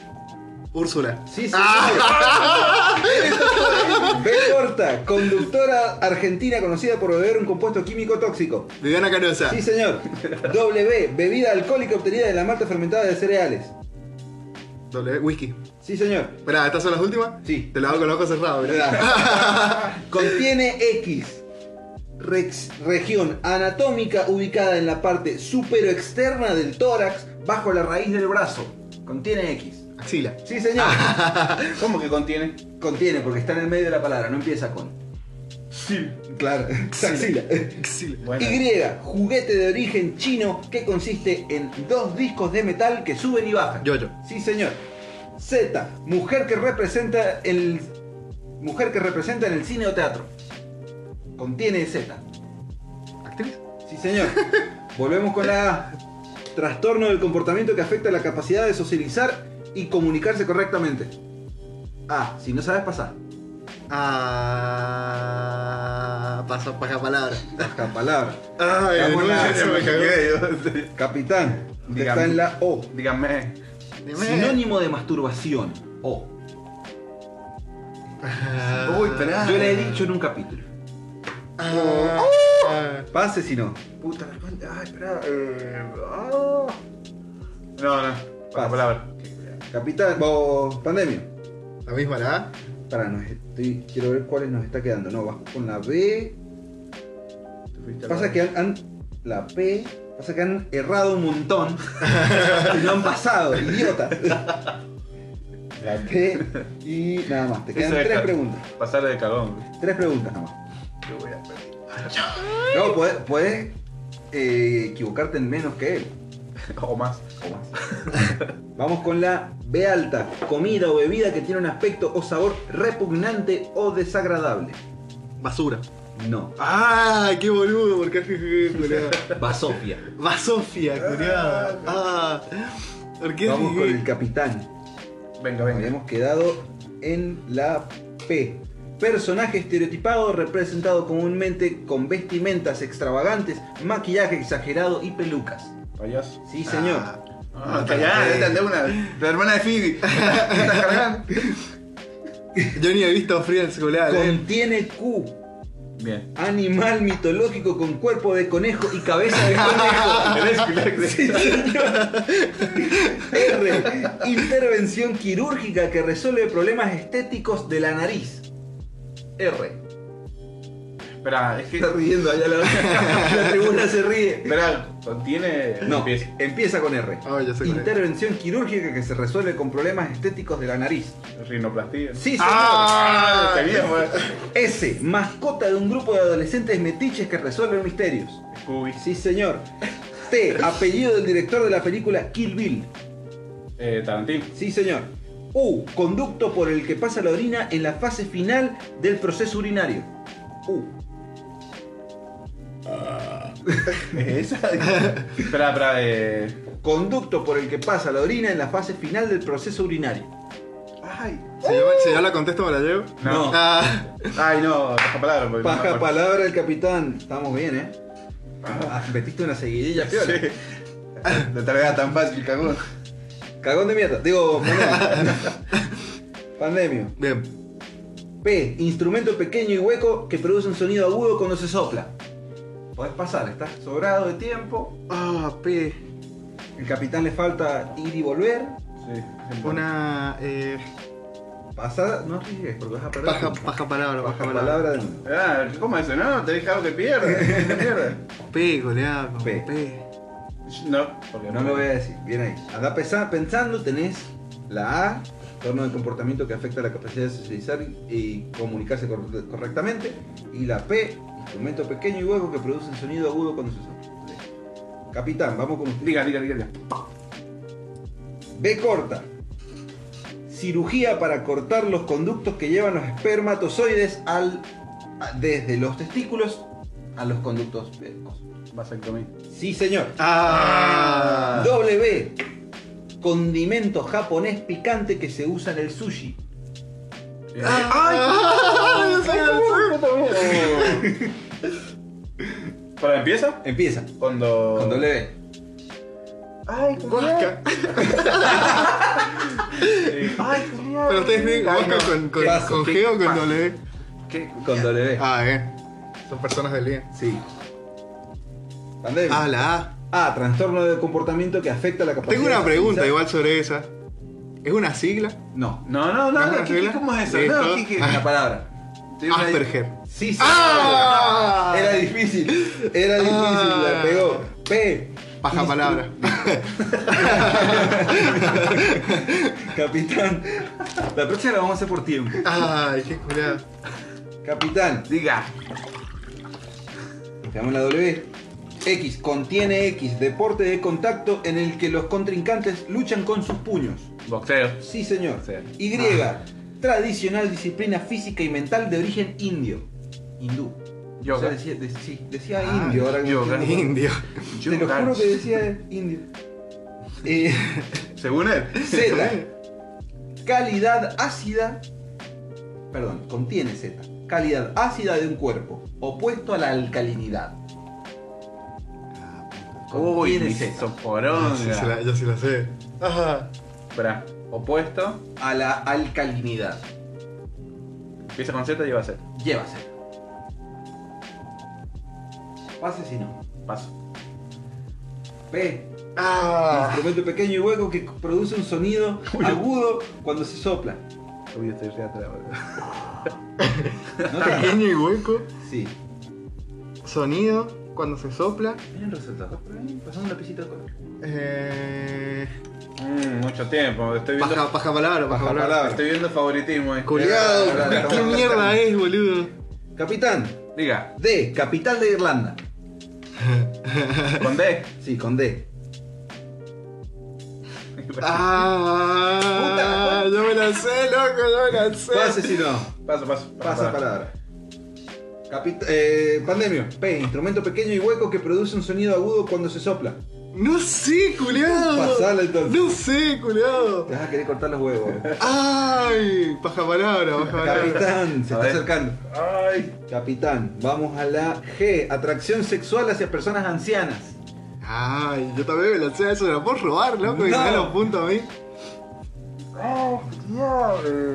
Úrsula.
Sí, señor. B. Corta. Conductora argentina conocida por beber un compuesto químico tóxico.
Viviana Canosa.
Sí, señor. W. Bebida alcohólica obtenida de la mata fermentada de cereales.
W. Whisky.
Sí, señor.
Esperá, ¿estas son las últimas?
Sí.
Te lo hago con los ojos cerrados, ¿verdad?
[laughs]
Contiene X. Rex- región anatómica ubicada en la parte superoexterna del tórax bajo la raíz del brazo. Contiene X.
Axila.
Sí, [laughs] señor.
¿Cómo que contiene?
Contiene porque está en el medio de la palabra, no empieza con.
Sí.
Claro. Axila.
Axila.
Bueno.
Y, juguete de origen chino que consiste en dos discos de metal que suben y bajan.
Yo-yo.
Sí, señor. Z, mujer que representa el mujer que representa en el cine o teatro. Contiene Z.
¿Actriz?
Sí,
[laughs]
señor. Volvemos con la A. Trastorno del comportamiento que afecta la capacidad de socializar y comunicarse correctamente. A. Si no sabes pasar.
Ah. Pasa paja palabra.
Baja palabra.
Ay,
Vamos
no,
a la-
se me cagó.
Diga-
Capitán. usted
Dígame.
Está en la O.
este, Dígame.
Dime.
Sinónimo de masturbación. O.
Ah.
Uy, esperá.
Yo le he dicho en un capítulo.
Ah. Ah.
Pase si no.
Puta la cuenta. Ay, espera. eh, ah. No, no. Para
Pasa.
palabra.
Capitán. O. Pandemia.
La misma, ¿la?
Para, nos estoy, quiero ver cuáles nos está quedando. No, vas con la B.
Te fuiste a
Pasa
la-
que han, han- La P. Pasa que han errado un
[laughs]
montón. y no han pasado, idiotas. La P. Y nada más. Te quedan
Eso es
tres
ca-
preguntas.
Pasar de cagón.
Tres preguntas nada más.
Yo voy a perder.
No, puedes, puedes, eh, equivocarte en menos que él.
[laughs] O más, o más.
Vamos con la B alta, comida o bebida que tiene un aspecto o sabor repugnante o desagradable.
Basura.
No,
¡Ay, qué boludo! ¿Por qué fijé, culiado?
basofia.
Basofia, culiado. Ah, ¿Por qué
Vamos con
fijé?
el capitán.
Venga,
Nos
venga.
Habíamos quedado en la P. Personaje estereotipado representado comúnmente con vestimentas extravagantes, maquillaje exagerado y pelucas.
Payaso.
Sí, señor.
Ah, callá, esta es de una. La hermana de Phoebe. ¿Estás cargando?
Yo ni he visto Friends, culiado.
Contiene Q,
[laughs] Bien.
animal mitológico con cuerpo de conejo y cabeza de conejo. Sí, señor. R. Intervención quirúrgica que resuelve problemas estéticos de la nariz. R. [laughs]
Espera, es que.
Está riendo allá la, la tribuna se ríe.
Espera, contiene.
No,
Empieza.
empieza con R.
Ah, ya sé cuál es.
Intervención quirúrgica que se resuelve con problemas estéticos de la nariz.
Rinoplastía.
Sí, señor.
Ah, qué bien, güey.
S. Mascota de un grupo de adolescentes metiches que resuelven misterios.
Scooby.
Sí, señor. T. Apellido del director de la película Kill Bill.
Eh, Tarantino.
Sí, señor. U. Conducto por el que pasa la orina en la fase final del proceso urinario. U.
¿Es [laughs] esa? espera, espera, eh.
Conducto por el que pasa la orina en la fase final del proceso urinario.
Ay.
Si yo, si yo la contesto, me la llevo.
No.
Ah,
Ay, no, baja palabra. porque no me
Paja
acuerdo.
palabra del capitán. Estamos bien, ¿eh? Ah, Metiste
[laughs]
una seguidilla, piola.
Sí. La tarea tan fácil, cagón.
Cagón de mierda. Digo,
[laughs]
pandemio. pandemio.
bien.
P. Instrumento pequeño y hueco que produce un sonido agudo cuando se sopla. Podés pasar, estás sobrado de tiempo.
Ah, P.
El capitán le falta ir y volver.
Sí.
Una. Eh,
Pasada, no arriesgues porque vas a perder.
paja, paja palabra,
Baja
paja palabra.
palabra de nuevo.
Ah, ¿cómo es eso? No, te dije algo que pierda. que pierda.
P, goleado. con
P.
P.
No, porque
No lo voy a decir, bien ahí. Anda pesa- pensando, tenés la A, torno de comportamiento que afecta la capacidad de socializar y comunicarse cor- correctamente. Y la P, instrumento pequeño y hueco que produce un sonido agudo cuando se sopla. Capitán, vamos con usted.
Diga, diga, diga. diga.
B corta. Cirugía para cortar los conductos que llevan los espermatozoides al, a- desde los testículos a los conductos. pélvicos.
Vasectomía.
Sí, señor.
Ah.
W. Condimento japonés picante que se usa en el sushi.
Eh, ¡Ay! ¿Para empieza?
Empieza.
Cuando.
Con W.
¡Ay,
Guasca.
Sí. ¡Ay, culiao!
Pero ustedes ven
Ay,
guasca
no.
con, con,
Paso,
con
¿qué
G o con
pasa?
W.
¿Qué?
Con W.
Ah, eh. Son personas del día.
Sí. Pandemia.
Ah, la A.
Ah, trastorno de comportamiento que afecta la capacidad.
Tengo una
de
pregunta
socializar.
igual sobre esa. ¿Es una sigla?
No.
No, no, no,
¿No?
no, ¿qué- qué- ¿cómo es eso?
Listo.
No, ¿qué- qué?
Una palabra.
Te digo una-
Asperger.
Sí, sí.
¡Ah!
Era difícil. Era difícil. La
Ah.
pegó. P.
Paja
Instru-
palabra.
[laughs] Capitán. La próxima la vamos a hacer por tiempo.
[laughs] Ay, qué culada.
Capitán.
Diga.
Veamos la W. X contiene X, deporte de contacto en el que los contrincantes luchan con sus puños.
Boxeo.
Sí, señor.
Sí.
Y, tradicional disciplina física y mental de origen indio. Hindú.
Yoga.
O sea, decía, de- sí, decía
Ah,
indio ahora que me
yoga.
estoy dando
Indio.
cuenta. Te lo juro que decía indio.
[laughs]
Eh,
Según él.
Z. Calidad ácida. Perdón, contiene Z. Calidad ácida de un cuerpo, opuesto a la alcalinidad.
Uy,
Contiene
Yo
Z.
mi
sí se la-
soporonga.
yo sí lo sé. Ajá.
Espera, opuesto.
a la alcalinidad.
Empieza con Z y va a ser.
Llévase. Pase si no.
Paso.
P.
Ah.
[laughs] Instrumento pequeño y hueco que produce un sonido agudo cuando se sopla.
Uy, estoy re atrás, boludo.
[laughs] No tanto.
Pequeño y hueco.
Sí.
Sonido cuando se sopla.
Miren resultados por ahí, pasamos una lapicito de color.
Eh,
Mm, mucho tiempo. Estoy viendo,
paja, paja palabra, paja, palabra.
palabra.
estoy viendo favoritismo. eh.
Culeado, ¿qué mierda es, boludo?
Capitán
Diga,
D, capital de Irlanda.
con D.
Sí, con D.
Ah, yo me la sé, loco, yo me la
Pase
sé.
si no.
Paso, paso.
Pasa
para.
palabra. Capit- eh, pandemio. P, instrumento pequeño y hueco que produce un sonido agudo cuando se sopla.
No sé, culeado.
Pasala, entonces.
No sé, culeado.
Te vas a querer cortar los huevos.
[laughs] Ay, paja palabra, paja palabra.
Capitán, se está
A ver.
acercando.
Ay.
Capitán, vamos a la G, atracción sexual hacia personas ancianas.
Ay, yo también me la sé, eso me la puedo robar, loco, y me
No.
da los puntos a mí.
Oh, Dios. eh,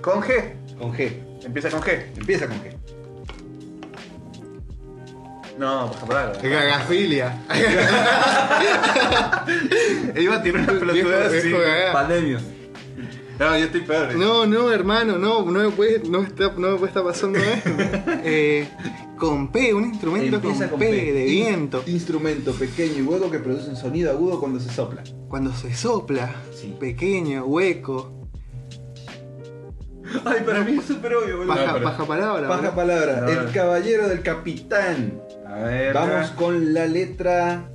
Con G.
Con G,
Empieza con G.
empieza con G.
No, paja palabra.
[laughs] Gagafilia.
Iba a tirar una pelotuda
Viejo-
así.
viejo gaga.
Pandemio. No, yo estoy peor.
No, no, hermano, no, no me puede, no está, no me puede estar pasando esto. Eh, con P, un instrumento con,
Empieza
P, de
In-
viento.
Instrumento pequeño y hueco que produce un sonido agudo cuando se sopla.
Cuando se sopla,
Sí.
pequeño, hueco,
Ay, para mí es súper obvio,
paja,
pero-
paja palabra.
Baja
boludo.
palabra.
No,
El
no.
caballero del capitán.
A ver.
Vamos con la letra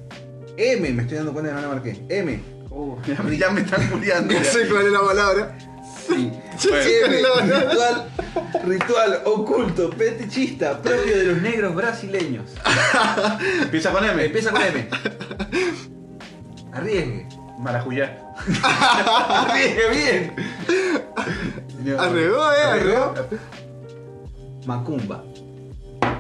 M. Me estoy dando cuenta que no la marqué. M.
Uh, ya, [laughs] me- ya me están culiando.
[laughs] No sé cuál es la palabra.
Sí.
[laughs]
Bueno.
ritual, ritual oculto, fetichista, propio de los negros brasileños.
Empieza con M.
Empieza con M. Arriesgue.
Marajuyá.
Arriesgue bien.
Arregó, eh, arregó.
Macumba.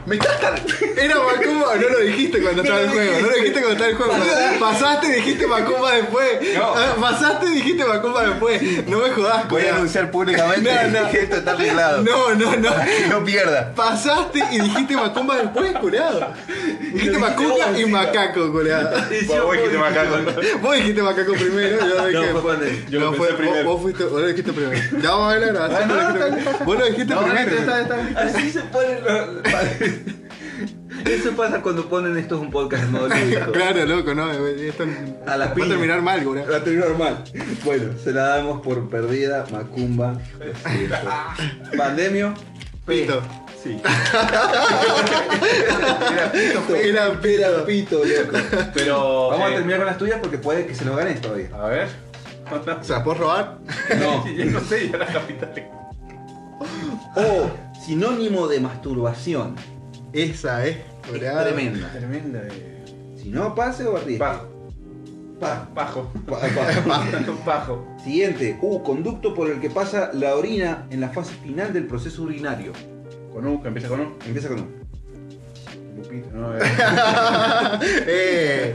Me estás tar-
Era Macumba, no lo dijiste cuando estaba el juego, no lo dijiste cuando estaba el juego. Pasaste, dijiste Macumba después.
No.
Ah, Pasaste, dijiste Macumba después. No me jodas,
Voy a
culiao.
anunciar públicamente
No, no.
que esto está arreglado. [laughs]
No, no, no.
Que no pierda.
Pasaste y dijiste Macumba después, curado. Dijiste Macumba y Macaco, curado.
Vos, vos dijiste macaco.
Vos dijiste Macaco primero, yo dije.
fue con él.
Yo lo
No,
pensé
fue-
primero.
Vos, vos fuiste, vos lo dijiste primero. Ya vamos a ver la grabación.
Ah, no,
lo dijiste
está bien,
primero. vos lo dijiste
No,
primero.
está, está, está.
Así se ponen los.
[laughs]
Eso pasa cuando ponen esto es un podcast en modo lúdico.
Ah, Claro, loco, no. Esto
A la
va a
piña.
terminar mal, curado.
La terminó normal. Bueno, se la damos por perdida, Macumba. lo siento. Pandemio.
Pito.
Sí.
Mira,
Era pito.
Pito, loco.
[laughs] Pero.
Vamos a
eh,
terminar con las tuyas porque puede que se lo ganes todavía.
A ver.
O sea, ¿puedo robar?
No.
[laughs] Yo no sé, ya la capital.
O sinónimo de masturbación.
Esa es,
Es
curado.
tremenda.
Tremenda. eh.
Si no, pase o arriesgue.
Bajo.
Pa.
Bajo.
Pa- [laughs] pa-
Bajo.
Siguiente. U, conducto por el que pasa la orina en la fase final del proceso urinario.
Con U, que empieza con U.
Empieza con U.
Lupita, no, [laughs] eh.
[laughs] eh,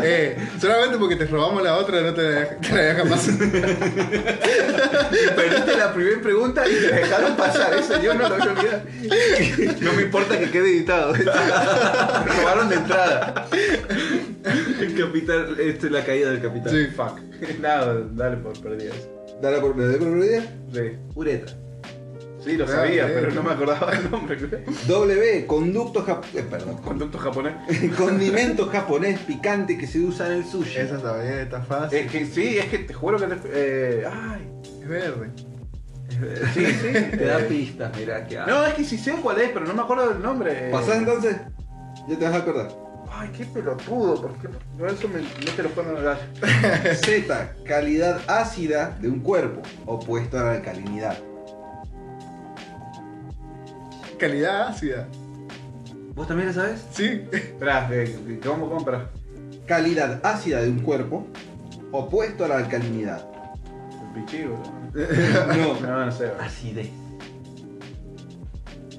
eh, solamente porque te robamos la otra no te la, deja- te la dejan pasar.
Perdiste la primera pregunta y te dejaron pasar. Eso yo no lo voy a olvidar.
No me importa que quede editado. Robaron de entrada.
El capital, este es la caída del capital.
Sí.
Fuck. Nada, dale por perdidas.
Dale por, ¿le doy por perdida.
Sí.
Uretra.
Sí, lo
Ah,
sabía,
bien.
pero no me acordaba el nombre. [laughs]
W, conducto jap eh, perdón. [laughs]
Conducto japonés.
condimento japonés picante que se usa en el sushi.
Esa también está fácil.
Es que sí, es que te juro que te. eh, ay.
Es verde.
Sí, sí. Te da pistas, mirá que
No, es que sí sé cuál es, pero no me acuerdo del nombre.
¿Pasás entonces? Ya te vas a [laughs] acordar.
Ay, qué pelotudo, porque no, eso me mete los cuernos en la galla.
Z, calidad ácida de un cuerpo, opuesto a la alcalinidad.
Calidad ácida.
¿Vos también la sabes?
Sí.
Esperá, eh, ¿cómo compras?
Calidad ácida de un cuerpo, opuesto a la alcalinidad.
El pichigo. ¿no?
No,
No, no sé.
acidez.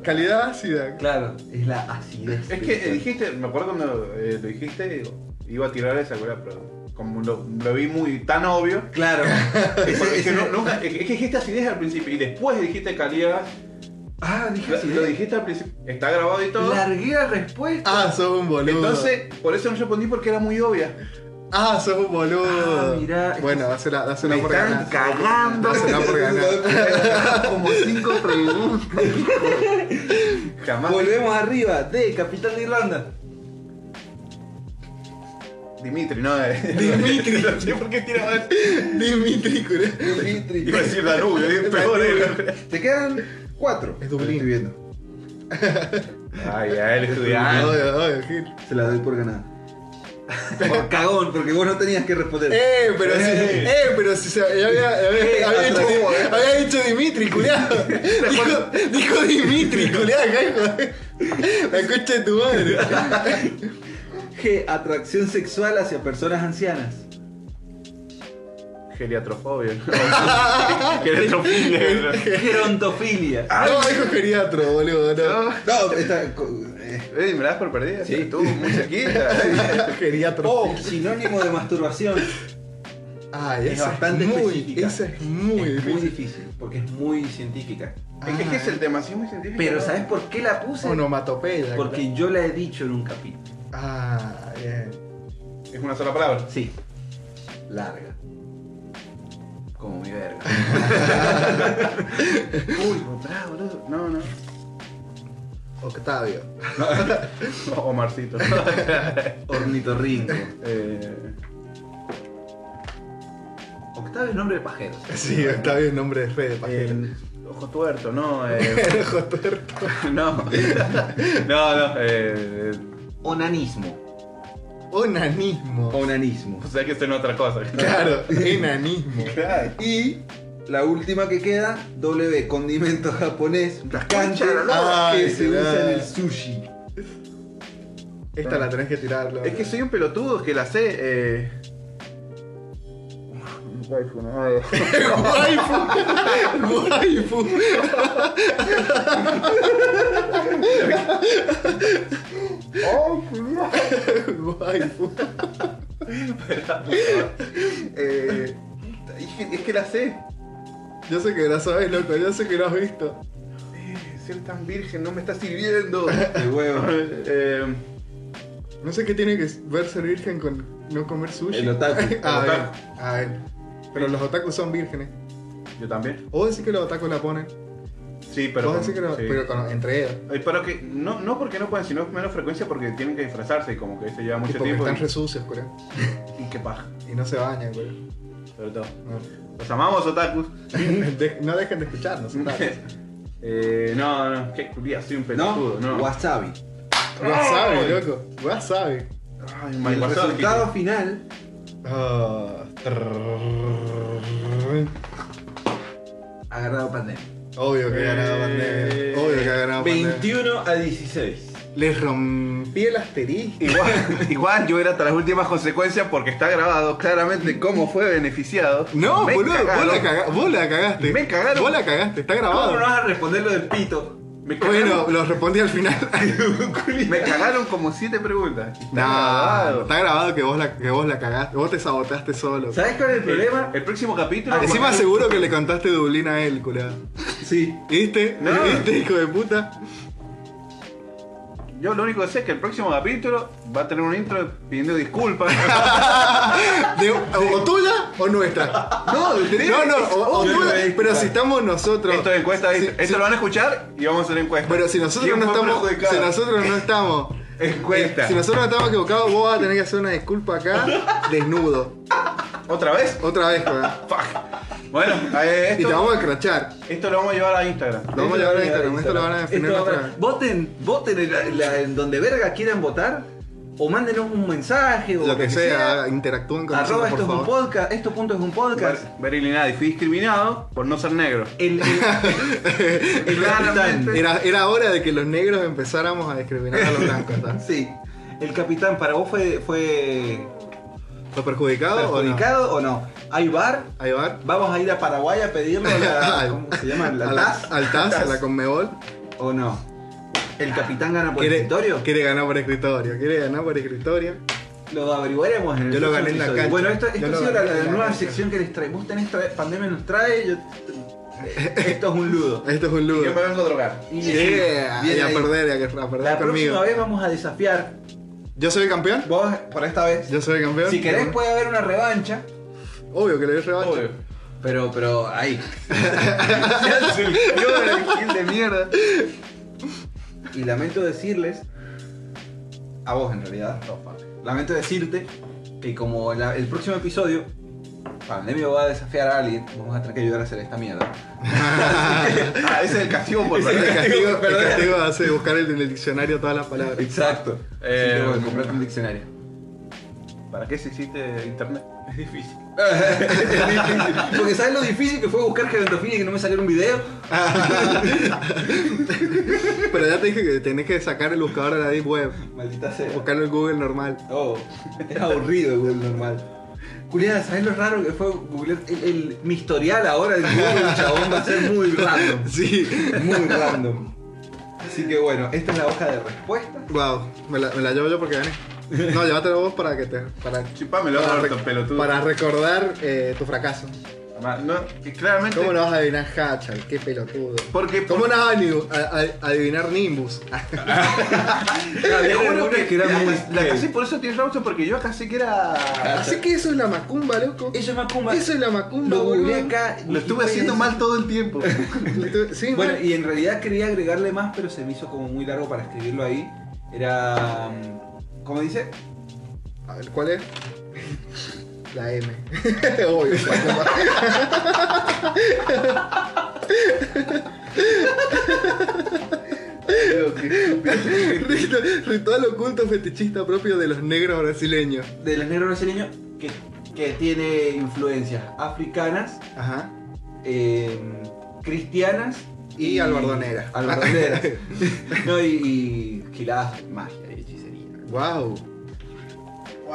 Calidad ácida.
Claro, es la acidez.
Es
del
que eh,
cuerpo.
dijiste, me acuerdo cuando eh, lo dijiste, digo, iba a tirar esa, güey, pero como lo, lo vi muy tan obvio.
Claro.
Es,
Ese-
[laughs] es que
ese-
no- nunca- es que- es que dijiste acidez al principio y después dijiste calidad.
Ah, dije
Lo,
acidez.
lo dijiste al principio. Está grabado y todo.
Largué la respuesta.
Ah, sos un boludo.
Entonces, por eso no respondí porque era muy obvia.
Ah, sos un boludo.
Ah, mirá, esto
bueno,
es-
dásela, dásela
Me
por
están
ganar.
cagando.
Dásela por ganar.
Como cinco preguntas.
Jamás.
Ah, Volvemos arriba de Capital de Irlanda.
Dimitri, no. [laughs] eh.
Dimitri.
No sé ¿Por qué tira más?
Dimitri, curé.
Iba a decir Danubio, [laughs] es peor. eh.
Te quedan cuatro.
Es Dublín.
Estoy viendo.
Ay, a él estudiante.
Odio, odio, Gil.
Se la doy por ganada. [laughs] Por cagón, porque vos no tenías que responder.
Eh, pero si,
Eh.
eh, pero si se había, había, había dicho, había dicho Dimitri, culiado. Dijo, dijo Dimitri, culiado, acá, hijo. La concha de tu madre.
G. Atracción sexual hacia personas ancianas.
[laughs] Geriatrofobia. Geriatrofilia. bro.
Gerontofilia.
No, dijo geriatro, boludo, no.
No, esta. co- eh.
Ey, ¿Me la das por perdida?
Sí.
Tú, muy cerquita.
[laughs] Geriatro.
O sinónimo de masturbación.
Ay,
Oh. Es
esa
bastante
Ah, muy,
específica.
Esa es muy
es muy
difícil.
difícil, porque es muy científica.
Es que- es que es el tema, sí, muy científico.
Pero ¿sabes por qué la puse?
Onomatopeya.
Porque yo Oh, la he dicho en un capítulo.
Ah, bien.
Es una sola palabra.
Sí. Larga. Como mi verga.
Uy, otra, boludo. No, no.
Octavio.
O Marcito.
Ornitorrinco.
[laughs] eh,
Octavio es nombre de pajero.
Sí, Octavio es nombre de fe de pajero.
el ojo tuerto, no. [laughs] eh,
Ojo tuerto.
[laughs] no. No, no. Eh,
Onanismo.
Onanismo.
Onanismo.
o sea que esto no pues es otra cosa. [laughs]
Claro, enanismo.
Claro.
Y la última que queda, W, condimento japonés, picante, ah,
concha de
la
que
lora.
se
Ay,
usa en
será.
el sushi.
Esta la tenés que tirar, loco.
Es que soy un pelotudo que la sé. Eh... Waifu, no.
Waifu. Waifu.
¡Oh, cuidado!
Waifu.
eh, es, que, es que la sé.
Yo sé que la sabes, loco. Yo sé que lo has visto.
Eh, ser tan virgen no me está [laughs] sirviendo.
De huevo.
eh,
No sé qué tiene que ver ser virgen con no comer sushi.
El otaku. El
A ver,
otaku.
a ver. Pero los otakus son vírgenes.
yo también.
O decir que los otakus la ponen.
Sí, pero.
Pero decir que no,
sí.
pero con- entre ellas.
Eh, Pero que no, no porque no pueden, sino menos frecuencia porque tienen que disfrazarse y como que se lleva mucho
Tipo que
tiempo.
están
Y,
resucios, culo.
y qué paja,
Y no se bañan, culo.
sobre todo.
[laughs] No,
Los amamos, otakus.
De- no dejen de escucharnos. ¿sabes?
[laughs] eh, no, no, qué culia, soy un
¿No?
pelotudo, no. [laughs]
Wasabi.
Wasabi,
Ay.
loco. Wasabi.
Ay,
Y el
Microsoft.
resultado final
Ah, trrrrrrrrrrrrrrrrrrrrrrrrrrrrrrrrrrrrrrrrrrrrrrrrrrrrrrrrrrrr.
agarrado pandemia.
Obvio que ha ganado
Eh,
Pandemia. Obvio que ha ganado Pandemia.
21 a 16.
Les rompí el asterisco.
Igual, igual yo era hasta las últimas consecuencias porque está grabado claramente cómo fue beneficiado.
No,
Me
boludo, vos
cagaron.
la, caga- vos la cagaste.
Me cagaron.
Vos la cagaste, está
¿Cómo no
grabado.
vas a responder lo del pito?
Me cagaron,
Bueno, lo respondí al final.
[laughs] me cagaron como siete preguntas. Está
No,
grabado.
está grabado que vos, la, que vos la cagaste. Vos te saboteaste solo.
¿Sabes cuál es el problema?
El,
eh,
el próximo capítulo.
Ah, Encima seguro que le contaste Dublín a él, culado.
Sí.
¿Viste?
No.
¿Viste, hijo de puta?
Yo lo único que sé es que el próximo capítulo va a tener un intro pidiendo disculpas.
De- o tuya o nuestra. No, no, no, o, o
Yo
tuya.
lo he-
Pero si estamos nosotros.
Esto es encuesta,
Si-
esto, esto
si-
lo van a escuchar y vamos a hacer encuesta.
Pero si nosotros
¿Quién
no
fue
estamos.
perjudicado?
Si nosotros no estamos.
Encuesta.
Si nosotros no estamos equivocados, vos vas a tener que hacer una disculpa
[laughs]
acá, desnudo.
¿Otra vez?
Otra vez,
[laughs]
culado.
Fuck. Bueno, eh,
Y te
esto,
vamos a escrachar.
esto lo vamos a llevar a Instagram.
Lo vamos a llevar a Instagram. Esto lo van a definir
Esto-
otra vez.
Voten, voten en, la- en donde verga quieran votar. O mándenos un mensaje o
Lo que sea, interactúen con nosotros,
Arroba esto
por
es un
favor.
podcast. Esto punto es un podcast.
Ber- Berilinadi, fui discriminado por no ser negro.
El, el,
[laughs]
el capitán.
Era, era hora de que los negros empezáramos a discriminar
[laughs]
a los blancos. ¿está?
Sí. El capitán para vos fue, fue
¿Fue perjudicado,
perjudicado o no? ¿Hay bar?
o no? Ahí va.
¿Vamos a ir a Paraguay a pedirlo? a
[laughs]
la-
Al-
¿Cómo se llama? ¿La
a la-
TAS?
Al TAS, a la Conmebol.
¿O no? ¿El capitán gana por
Quiere-
escritorio?
Quiere ganar por escritorio. Quiere ganar por escritorio.
Lo averiguaremos en el
Yo lo
próximo
gané en la
episodio.
cancha.
Bueno, esto,
Yo
esto ha
lo
sido la,
gané en
la
la
nueva
cancha.
sección que les trae. Vos tenés trae, pandemia nos trae, yo esto es
[laughs]
un ludo.
Esto es un
Y
ludo.
Yo me [laughs] vengo a drogar.
Yeah,
Bien
y a
ahí.
perder, y a, que- a perder
La
conmigo.
próxima vez vamos a desafiar
¿Yo soy campeón?
Vos, por esta vez.
¿Yo soy campeón?
Si querés, puede haber una revancha.
Obvio que le doy revancha.
Obvio.
Pero, pero, ahí.
Es el tío del gil de mierda.
Y lamento decirles, a vos en realidad, lamento decirte que como la- el próximo episodio, Pandemia va a desafiar a alguien, vamos a tener que ayudar a hacer esta mierda.
Ah, ese es el castigo
[laughs]
por
El
perder.
castigo, el
[laughs] Perdón.
castigo hace buscar el- en el diccionario todas las palabras.
Exacto.
Eh,
Así que, bueno, comprate un diccionario. [laughs]
¿Para qué se existe internet? Es difícil.
Es difícil. Porque ¿sabes lo difícil que fue buscar gerontofilia y que no me saliera un video?
Pero ya te dije que tenés que sacar el buscador de la Deep Web.
Maldita sea.
Buscarlo en Google normal.
Oh, es aburrido Google normal. Julián, ¿sabes lo raro que fue Google? El, el- mi historial ahora del Google, chabón, va a ser muy random.
Sí.
Muy random. Así que bueno, esta es la hoja de respuesta.
Wow, me la, me la llevo yo porque gané. No, llévatela vos para que te. Para,
Chupámelo,
para
Roberto,
rec-
pelotudo.
para recordar eh, tu fracaso.
Ma- No, que claramente.
¿Cómo no vas a adivinar Hatchal? Qué pelotudo.
Porque
¿Cómo no vas a, adiv- a- a- adivinar Nimbus?
Ah,
Te juro
Alguna que era muy-
La casi por eso tienes Raucho, porque yo casi que era.
Así que eso es la macumba, loco.
Eso es Macumba.
Eso es la macumba,
Lo googleé
boludo.
acá.
Lo estuve haciendo mal todo el tiempo.
Sí,
Bueno,
man.
y en realidad quería agregarle más, pero se me hizo como muy largo para escribirlo ahí. Era. mm, ¿Cómo dice?
A ver, ¿cuál es? La M. [laughs] Obvio, es macumba. [laughs] Rit- Ritual oculto fetichista propio de los negros brasileños.
De los negros brasileños que, que tiene influencias africanas,
Ajá.
eh, cristianas
Y albardoneras.
Albardoneras. [laughs] no, y, y giladas, magia y hechicería.
Wow.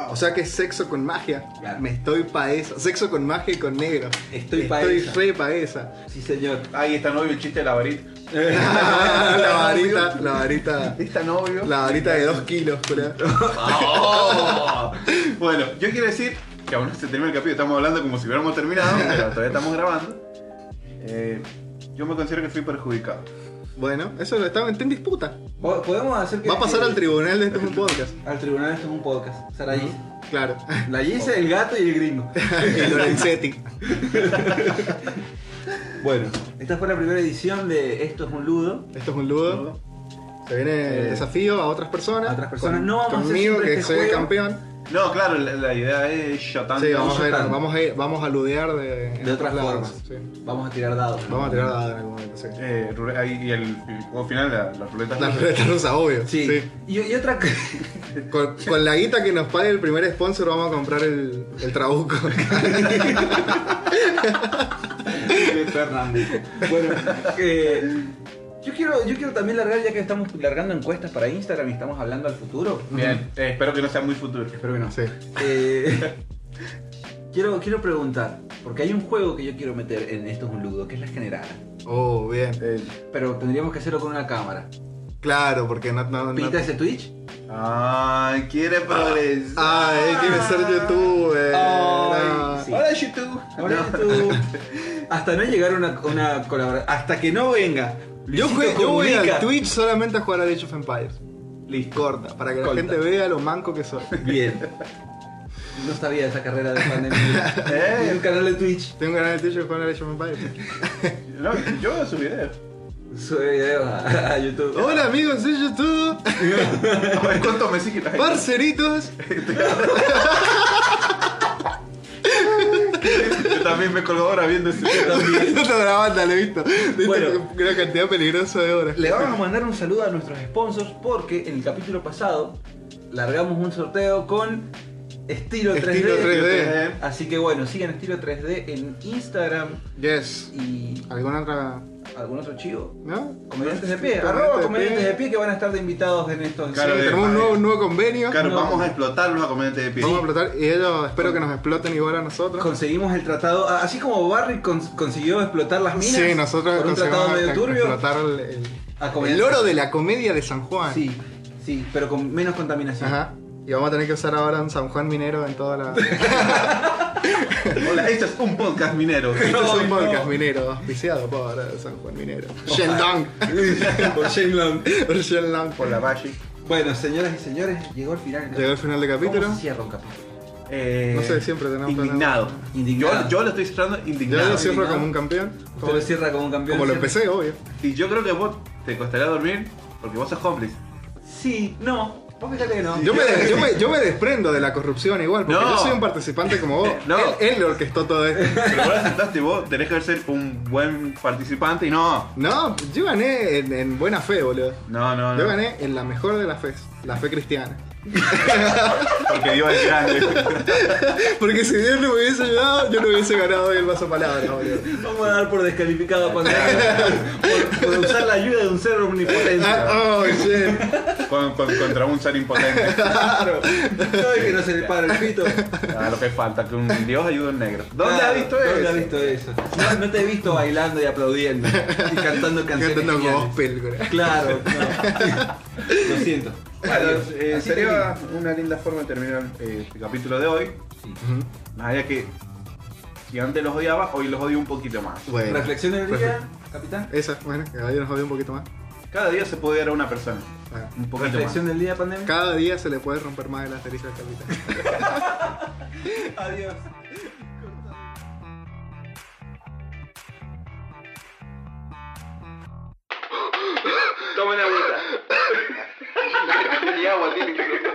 O sea que es sexo con magia.
Claro.
Me estoy pa' esa. Sexo con magia y con negro.
Estoy pa' esa.
re pa' esa.
[laughs] Sí, señor.
[laughs] Ahí está novio el chiste de la varita.
[laughs] la varita, la varita.
Está novio. [laughs]
La varita de dos kilos, culiao.
Oh. Bueno, yo quiero decir que aún no se termina el capítulo, estamos hablando como si hubiéramos [laughs] terminado, pero todavía estamos grabando. Eh, yo me considero que fui perjudicado.
Bueno, eso lo está, está en disputa.
Po- Podemos hacer que.
Va a pasar
que-
al tribunal de estos podcast.
Al tribunal esto es un podcast. O sea, la Gise.
Claro.
[laughs]
[laughs]
La Gise, el gato y el gringo.
El Lorenzetti.
Bueno, esta fue la primera edición de Esto es un ludo.
Esto es un ludo. Se viene el
Eh,
desafío a otras personas.
a otras personas.
Con-
No vamos a hacer
conmigo,
siempre
que
este
soy el
juego.
campeón.
No, claro, la, la idea es shotando.
Sí, vamos a, ir,
Shotando.
vamos, a ir- vamos a ludear de, en
De otras
otros lados,
formas.
sí.
Vamos a tirar dados.
Vamos a tirar la en algún momento, sí.
Eh, rule- ahí, y el, el juego final, la, la ruleta.
La ruleta rusa, obvio.
Sí.
sí.
Y, y otra cosa.
Con, con la guita que nos pague el primer sponsor vamos a comprar el, el trabuco. [laughs]
Fernández. Bueno, eh, yo, quiero, yo quiero también largar, ya que estamos largando encuestas para Instagram y estamos hablando al futuro.
Bien, eh, espero que no sea muy futuro.
Espero que no.
Sí.
Eh, quiero, quiero preguntar, porque hay un juego que yo quiero meter en Esto es un ludo, que es la generada.
Oh, bien.
Eh. Pero tendríamos que hacerlo con una cámara.
Claro, porque no... no, no-
¿Pinta ese Twitch?
Ay, quiere progresar.
Ah, él quiere ser youtuber.
Ay,
Ah.
sí.
Hola, YouTube.
Ahora
No.
tú- [laughs] Hasta no llegar una, una colaboración. Hasta que no venga.
Yo,
Luisito
jue- yo voy
Comunica.
a Twitch solamente a jugar a Age of Empires. Listo. Corta, para que la
Corta.
gente vea lo manco que soy.
Bien. No sabía esa carrera de pandemia.
Eh.
Tiene un canal de Twitch.
Tengo un canal de Twitch de jugar a Age of Empires.
No, yo veo su [laughs] video.
Sube videos eh, a, a YouTube.
Hola amigos de YouTube,
A ver cuánto me sigue la gente.
parceritos.
Yo también me colgo ahora viendo este ese
[laughs]
video.
Esto grabando, lo he visto. Viste
Bueno.
que- Una cantidad peligrosa de horas.
Le vamos a mandar un saludo a nuestros sponsors porque en el capítulo pasado largamos un sorteo con Estilo 3D.
Estilo 3D.
Así que bueno, sigan Estilo 3D en Instagram
Yes.
y
¿Alguna otra...?
algún otro chivo.
¿No?
Comediantes de pie,
Comediantes
arroba
de
comediantes
pie.
de pie que van a estar de invitados en estos.
Claro,
Sí,
de-
tenemos un nuevo, un nuevo convenio.
Claro,
No.
vamos a explotarlos a comediante de pie.
Vamos a explotar y ellos espero que nos exploten igual a nosotros.
Conseguimos el tratado, a- así como Barry cons- consiguió explotar las minas.
sí, nosotros
por un tratado
conseguimos
medio
ex-
turbio.
explotar el, el-
A comer.
el oro de la comedia de San Juan.
Sí, sí, pero con menos contaminación.
Ajá. Y vamos a tener que usar ahora un San Juan minero en toda
[laughs]
la. Este
Hola, esto es un podcast minero. Este
es
Ay,
un
no.
podcast minero, auspiciado
[laughs]
[laughs] por San Juan minero. Shendong.
[laughs] por Shane Long.
Por Shendong.
Por la valle.
Bueno, señoras y señores, llegó al final.
Llegó el final del capítulo.
¿Cómo se cierra un capítulo?
Eh,
No sé, siempre tenemos
Indignado.
Indignado.
Yo, yo lo estoy cerrando
Yo
indignado.
lo cierro
indignado.
como un campeón.
Todo lo cierra como un campeón.
Como lo
¿cierto?
empecé, obvio.
Y yo creo que vos te costará dormir porque vos sos cómplice.
Sí, no. Vos fíjate que no.
Yo me, de- yo, me, yo me desprendo de la corrupción igual, porque
Ah. No.
yo soy un participante como vos.
No.
Él, él le orquestó todo esto.
Pero vos lo aceptaste, vos tenés que ser un buen participante y no.
No, yo gané en, en buena fe, boludo.
No, no, no.
Yo gané en la mejor de las fe, la fe cristiana.
Porque Dios es grande.
Porque si Dios no me hubiese ayudado, yo no hubiese ganado hoy el vaso palabra,
[laughs]
boludo.
[laughs] Vamos a dar por descalificado
[laughs]
a Pantera por, por usar la ayuda de un ser omnipotente.
Ah, oh, shit.
Con- con- contra un
[laughs]
ser impotente.
Claro. Todo es que no se le para el pito.
A lo que falta, que un Dios ayude a un negro. ¿Dónde
Claro,
has visto
¿dónde
eso?
has visto eso? No, no te he visto bailando y aplaudiendo y cantando canciones.
Cantando
geniales.
gospel, boludo.
Claro, no.
[laughs]
Lo siento.
Bueno,
Adiós.
eh,
Así
sería una linda forma de terminar eh, el capítulo de hoy.
Sí.
Más allá que si antes los odiaba, hoy los odio un poquito más.
que-
Bueno,
Reflexión del día, capitán.
esa, bueno, cada día nos jodió un poquito más.
Cada día se puede dar a una persona.
Bueno,
Un poquito más.
Reflexión del día, pandemia.
Cada día se le puede romper más el asterisco al capitán.
Adiós.
Tomen agüita. Ni agua tiene.